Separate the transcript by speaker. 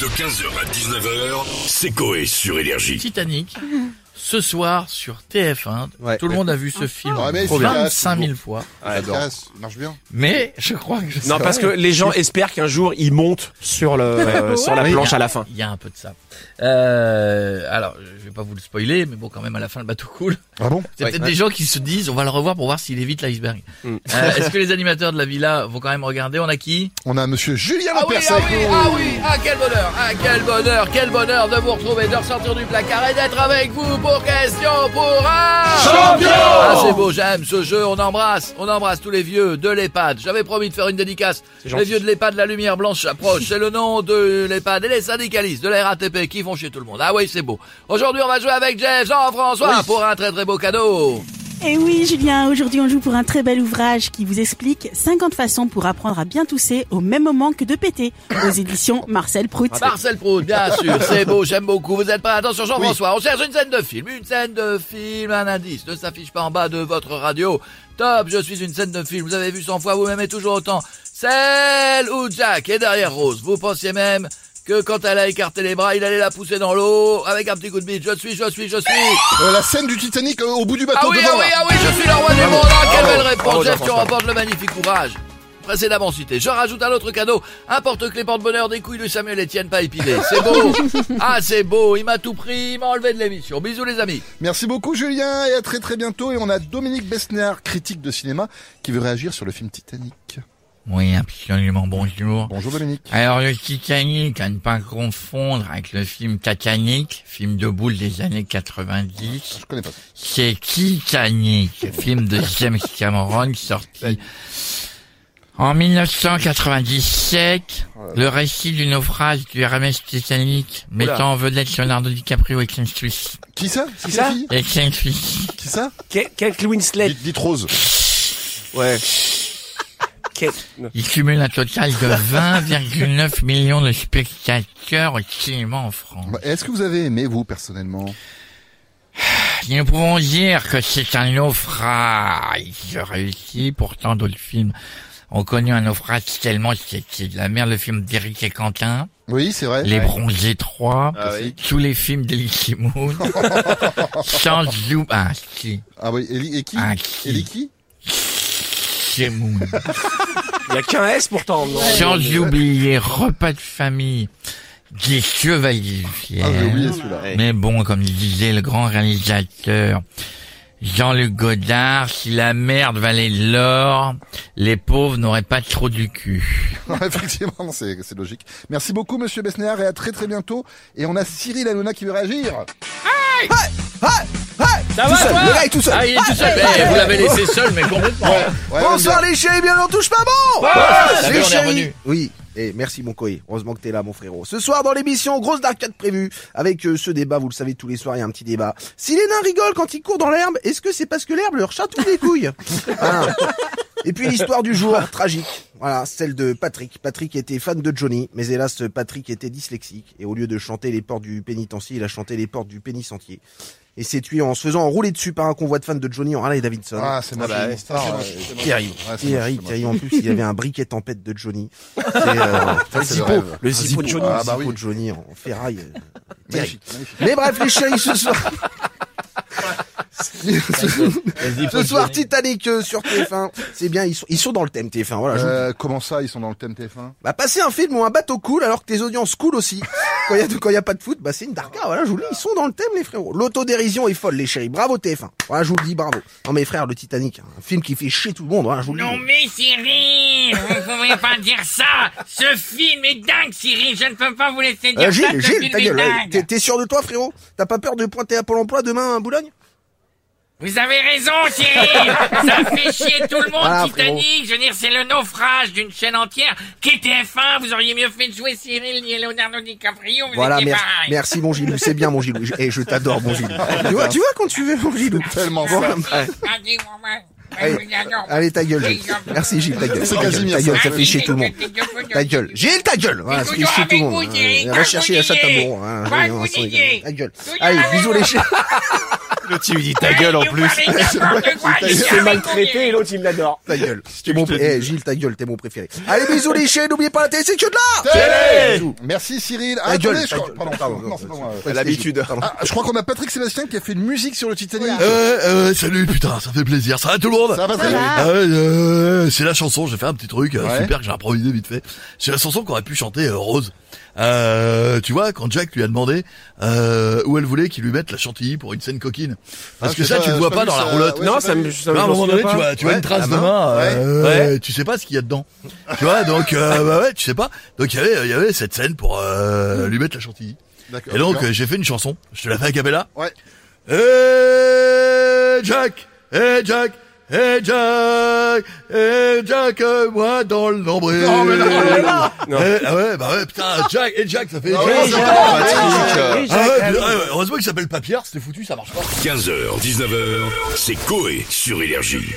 Speaker 1: De 15h à 19h, c'est Coé sur Énergie.
Speaker 2: Titanic, ce soir sur TF1.
Speaker 3: Ouais.
Speaker 2: Tout le monde a vu ce film
Speaker 3: Ah, mais
Speaker 2: trop
Speaker 3: celui-là,
Speaker 2: 25 000
Speaker 3: c'est
Speaker 2: fois.
Speaker 3: J'adore. Ça Ah, marche bien.
Speaker 2: Mais je crois que je
Speaker 4: Non,
Speaker 2: sais
Speaker 4: parce que
Speaker 2: pas.
Speaker 4: les gens espèrent qu'un jour ils montent sur le euh, sur la
Speaker 2: Oui,
Speaker 4: planche
Speaker 2: il y a-
Speaker 4: à la fin.
Speaker 2: Il y a un peu de ça. Euh, alors, je vais pas vous le spoiler, mais bon, quand même, à la fin, le bateau coule.
Speaker 3: Ah bon
Speaker 2: C'est peut-être des gens qui se disent, on va le revoir pour voir s'il évite l'iceberg.
Speaker 4: Mm.
Speaker 2: Euh, Est-ce que les animateurs de la villa vont quand même regarder On a qui
Speaker 3: On a monsieur Julien
Speaker 2: Ah oui,
Speaker 3: Lepers
Speaker 2: ah
Speaker 3: avec
Speaker 2: oui,
Speaker 3: nous.
Speaker 2: ah oui, ah quel bonheur, ah quel bonheur, quel bonheur de vous retrouver, de ressortir du placard et d'être avec vous pour question pour un champion. Ah c'est beau, j'aime ce jeu, on embrasse, on embrasse tous les vieux de l'EHPAD. J'avais promis de faire une dédicace. Les
Speaker 4: gentil.
Speaker 2: vieux de l'EHPAD, la lumière blanche approche, c'est le nom de l'EHPAD et les syndicalistes de la RATP qui font chez tout le monde. Ah oui, c'est beau. Aujourd'hui, on va jouer avec Jeff, Jean-François pour un très très beau cadeau.
Speaker 5: Et Eh oui, Julien, aujourd'hui on joue pour un très bel ouvrage qui vous explique 50 façons pour apprendre à bien tousser au même moment que de péter aux éditions Marcel Prout.
Speaker 2: Marcel Proust, bien sûr, c'est beau, j'aime beaucoup. Vous êtes pas attention, Jean-François. On cherche une scène de film, une scène de film, un indice. Ne s'affiche pas en bas de votre radio. Top, je suis une scène de film. Vous avez vu 100 fois, vous m'aimez toujours autant. Celle où Jack est derrière Rose. Vous pensiez même que quand elle a écarté les bras, il allait la pousser dans l'eau avec un petit coup de bite. Je suis, je suis, je suis.
Speaker 3: Euh, la scène du Titanic euh, au bout du bateau
Speaker 2: Ah oui,
Speaker 3: devant
Speaker 2: ah oui,
Speaker 3: là.
Speaker 2: ah oui, je suis le roi du monde. Ah, quelle belle réponse.
Speaker 4: Bravo,
Speaker 2: Jeff, tu
Speaker 4: Jean-François.
Speaker 2: remportes le magnifique ouvrage. Précédemment cité. Je rajoute un autre cadeau. Un porte-clés porte-bonheur des couilles de Samuel Etienne pas épilé. C'est beau. ah, c'est beau. Il m'a tout pris. Il m'a enlevé de l'émission. Bisous, les amis.
Speaker 3: Merci beaucoup Julien et à très très bientôt. Et on a Dominique Besnard, critique de cinéma, qui veut réagir sur le film Titanic.
Speaker 2: Oui, absolument. Bonjour.
Speaker 3: Bonjour Dominique.
Speaker 2: Alors, le Titanic, à ne pas confondre avec le film Titanic, film de boule des années 90.
Speaker 3: Je connais pas. ça.
Speaker 2: C'est Titanic, le film de James Cameron sorti en 1997. Le récit du naufrage du RMS Titanic mettant en vedette Leonardo DiCaprio et Clint Eastwood.
Speaker 3: Qui ça C'est
Speaker 4: ça
Speaker 3: sa fille
Speaker 2: Et Clint Eastwood.
Speaker 3: Qui ça
Speaker 4: Ke- Kate Winslet.
Speaker 3: Dites, dites Rose.
Speaker 4: Ouais. Kate-
Speaker 2: Il cumule un total de 20,9 millions de spectateurs au cinéma en France.
Speaker 3: Bah, Est-ce que vous avez aimé vous personnellement
Speaker 2: Nous pouvons dire que c'est un naufrage réussi, pourtant d'autres films ont connu un naufrage tellement sexy. La merde, le film d'Éric et Quentin.
Speaker 3: Oui, c'est vrai.
Speaker 2: Les Bronzés 3,
Speaker 3: Ah
Speaker 2: tous les films d'Elysée Moon, sans Zoub, ah, si,
Speaker 3: Ah oui, Eli et qui
Speaker 2: ah, si,
Speaker 3: Eli qui
Speaker 2: Elysée Moon.
Speaker 4: Il y a qu'un S pourtant. non
Speaker 2: Sans oublier Repas de famille des Chevaliers du Fiel.
Speaker 3: Ah, j'ai oublié celui-là.
Speaker 2: Mais bon, comme disait le grand réalisateur Jean-Luc Godard, si la merde valait de l'or, les pauvres n'auraient pas trop du cul.
Speaker 3: Non, Effectivement, c'est c'est logique. Merci beaucoup monsieur Besnard et à très très bientôt. Et on a Cyril Hanouna qui veut réagir.
Speaker 2: Ça va, toi Le tout seul. Ah, il est tout seul. Eh, vous l'avez laissé seul, mais complètement.
Speaker 3: Ouais,
Speaker 6: Bonsoir les chéris, bien on touche pas bon
Speaker 2: Ah,
Speaker 6: Les
Speaker 2: on est
Speaker 6: chéris-
Speaker 2: revenu.
Speaker 6: Oui, et merci mon coé, heureusement que t'es là mon frérot. Ce soir dans l'émission, grosse d'arcade prévue, avec euh, ce débat, vous le savez tous les soirs, il y a un petit débat. Si les nains rigolent quand ils courent dans l'herbe, est-ce que c'est parce que l'herbe leur chatouille les couilles Hein. Et puis l'histoire du jour, tragique, voilà, celle de Patrick. Patrick était fan de Johnny, mais hélas Patrick était dyslexique, et au lieu de chanter les portes du pénitencier, il a chanté les portes du pénitentiaire. Et s'est tué en se faisant enrouler dessus par un convoi de fans de Johnny en Harley Davidson.
Speaker 3: Ah, c'est moche.
Speaker 6: bah,
Speaker 3: c'est moche.
Speaker 6: Terrible.
Speaker 3: Ouais, c'est moche, c'est
Speaker 6: Terrible,
Speaker 3: moche.
Speaker 6: terrible. En plus, il y avait un briquet tempête de Johnny. C'est, euh,
Speaker 3: Ça, c'est
Speaker 6: le
Speaker 3: le
Speaker 6: zippo,
Speaker 3: rêve.
Speaker 6: le
Speaker 3: Un
Speaker 6: zippo de
Speaker 3: zippo.
Speaker 6: Johnny,
Speaker 3: Ah,
Speaker 6: le
Speaker 3: bah
Speaker 6: zippo
Speaker 3: oui.
Speaker 6: de Johnny en ferraille. euh, terrible.
Speaker 3: Magnifique, magnifique.
Speaker 6: Mais bref, les chéris, ce soir. ce soir, Titanic euh, sur TF1. C'est bien, ils sont, ils sont dans le thème TF1. Voilà, Ah, je vous le dis.
Speaker 3: Euh, comment ça, ils sont dans le thème TF1
Speaker 6: Bah, passer un film ou un bateau cool alors que tes audiences cool aussi. Quand il y a, quand il y a pas de foot, bah, c'est une darka. Voilà, je vous le dis, ils sont dans le thème, les frérots. L'autodérision est folle, les chéris. Bravo TF1. Voilà, je vous le dis, bravo. Non, mais frère, le Titanic, hein, un film qui fait chier tout le monde. Voilà, je vous le dis.
Speaker 7: Non mais Cyril, vous pouvez pas dire ça. Ce film est dingue, Cyril. Je ne peux pas vous laisser dire
Speaker 6: Euh,
Speaker 7: ça.
Speaker 6: Gilles,
Speaker 7: Ce
Speaker 6: Gilles,
Speaker 7: film
Speaker 6: ta
Speaker 7: est
Speaker 6: gueule, ouais.
Speaker 7: dingue.
Speaker 6: t'es, t'es sûr de toi, frérot T'as pas peur de pointer à Pôle emploi demain à Boulogne
Speaker 7: Vous avez raison, Cyril. ça fait chier tout le monde,
Speaker 6: Voilà,
Speaker 7: Titanic. Je veux dire, c'est le naufrage d'une chaîne entière. KTF1, vous auriez mieux fait de jouer Cyril et Leonardo DiCaprio. Vous
Speaker 6: Voilà,
Speaker 7: étiez
Speaker 6: mer-
Speaker 7: pareil.
Speaker 6: merci mon Gilou, c'est bien mon Gilou. Je- Et je t'adore mon Gilou. tu, vois, tu vois quand tu veux mon Gilou.
Speaker 3: Tellement fort.
Speaker 7: Allez, maman.
Speaker 6: Allez,
Speaker 7: Allez, j'adore.
Speaker 6: Allez, ta gueule, Gilles. Merci Gilles, ta gueule.
Speaker 3: C'est
Speaker 6: Ta gueule,
Speaker 3: Casimir,
Speaker 6: ta gueule,
Speaker 3: ça.
Speaker 6: ça fait chier tout le monde. Ta gueule. Gilles, ta gueule Voilà, ça fait chier tout le monde.
Speaker 7: Avec vous, Thierry,
Speaker 6: Euh, Va chercher
Speaker 7: pas
Speaker 6: à
Speaker 7: vous, Didier.
Speaker 6: Chatabouron.
Speaker 7: Pas vous, Didier.
Speaker 6: Ta gueule.
Speaker 7: Toujours
Speaker 6: Allez,
Speaker 7: avec
Speaker 6: bisous les
Speaker 7: vous.
Speaker 6: chiens.
Speaker 8: L'autre, il lui dit ta gueule en
Speaker 7: Vous
Speaker 8: plus.
Speaker 7: parlez n'importe quoi, je
Speaker 4: Il se
Speaker 7: suis
Speaker 4: fait
Speaker 7: avec
Speaker 4: maltraiter et l'autre, il l'adore.
Speaker 6: Ta gueule. T'es mon... Eh, Gilles, ta gueule, t'es mon préféré. Allez, bisous les chiens, n'oubliez pas la télé, c'est que de là
Speaker 3: Télé Merci Cyril. Ah,
Speaker 6: Ta gueule,
Speaker 3: attendez, je
Speaker 6: ta
Speaker 3: crois...
Speaker 6: gueule.
Speaker 3: Pardon, pardon. Non, c'est pas moi.
Speaker 6: Ouais,
Speaker 8: L'habitude.
Speaker 6: Gilles, pardon.
Speaker 3: Ah, je crois qu'on a Patrick Sébastien qui a fait une musique sur le Titanic. Ah,
Speaker 2: Euh, euh, salut, putain, ça fait plaisir. Ça va tout le monde
Speaker 3: Ça va Patrick
Speaker 2: Ah ouais, euh, c'est la chanson, j'ai fait un petit truc euh,
Speaker 3: Ouais.
Speaker 2: super que j'ai improvisé vite fait. C'est la chanson qu'aurait pu chanter euh, Rose. Euh, tu vois, quand Jack lui a demandé euh, où elle voulait qu'il lui mette la chantilly pour une scène coquine. Parce
Speaker 3: Ah,
Speaker 2: que
Speaker 3: j'ai
Speaker 2: ça,
Speaker 3: pas-
Speaker 2: tu le
Speaker 3: j'ai
Speaker 2: vois
Speaker 3: pas
Speaker 2: pas
Speaker 3: vu
Speaker 2: dans la
Speaker 3: ah, ça.
Speaker 2: roulotte.
Speaker 3: Ouais,
Speaker 4: non,
Speaker 3: j'ai
Speaker 4: ça
Speaker 3: pas
Speaker 4: me,
Speaker 3: vu.
Speaker 4: ça me-
Speaker 2: à un
Speaker 4: j'en
Speaker 2: moment donné,
Speaker 4: souviens
Speaker 2: tu
Speaker 4: pas.
Speaker 2: vois, tu vois
Speaker 3: Ouais,
Speaker 2: une trace
Speaker 3: la
Speaker 2: de
Speaker 3: main,
Speaker 2: main,
Speaker 3: ouais.
Speaker 2: euh,
Speaker 4: Ouais.
Speaker 2: tu sais pas ce qu'il y a dedans. Tu vois, donc, euh, bah ouais, tu sais pas. Donc, il y avait, il y avait cette scène pour euh, lui mettre la chantilly.
Speaker 3: Hmm. D'accord.
Speaker 2: Et donc, euh, j'ai fait une chanson. Je te la fais à cappella.
Speaker 3: Ouais.
Speaker 2: Eh Jack, eh Jack, eh Jack, eh Jack, euh, moi dans le nombril.
Speaker 3: Non, mais non, mais
Speaker 4: non.
Speaker 2: Eh, ah ouais, bah ouais, putain, Jack, eh Jack, ça fait.
Speaker 3: Ah
Speaker 2: Jack.
Speaker 3: ouais, ça-
Speaker 4: euh,
Speaker 2: Ah ouais, putain, ouais, heureusement qu'il s'appelle pas Pierre, c'était foutu, ça marche pas.
Speaker 1: 15h, 19h, c'est Coé sur Énergie.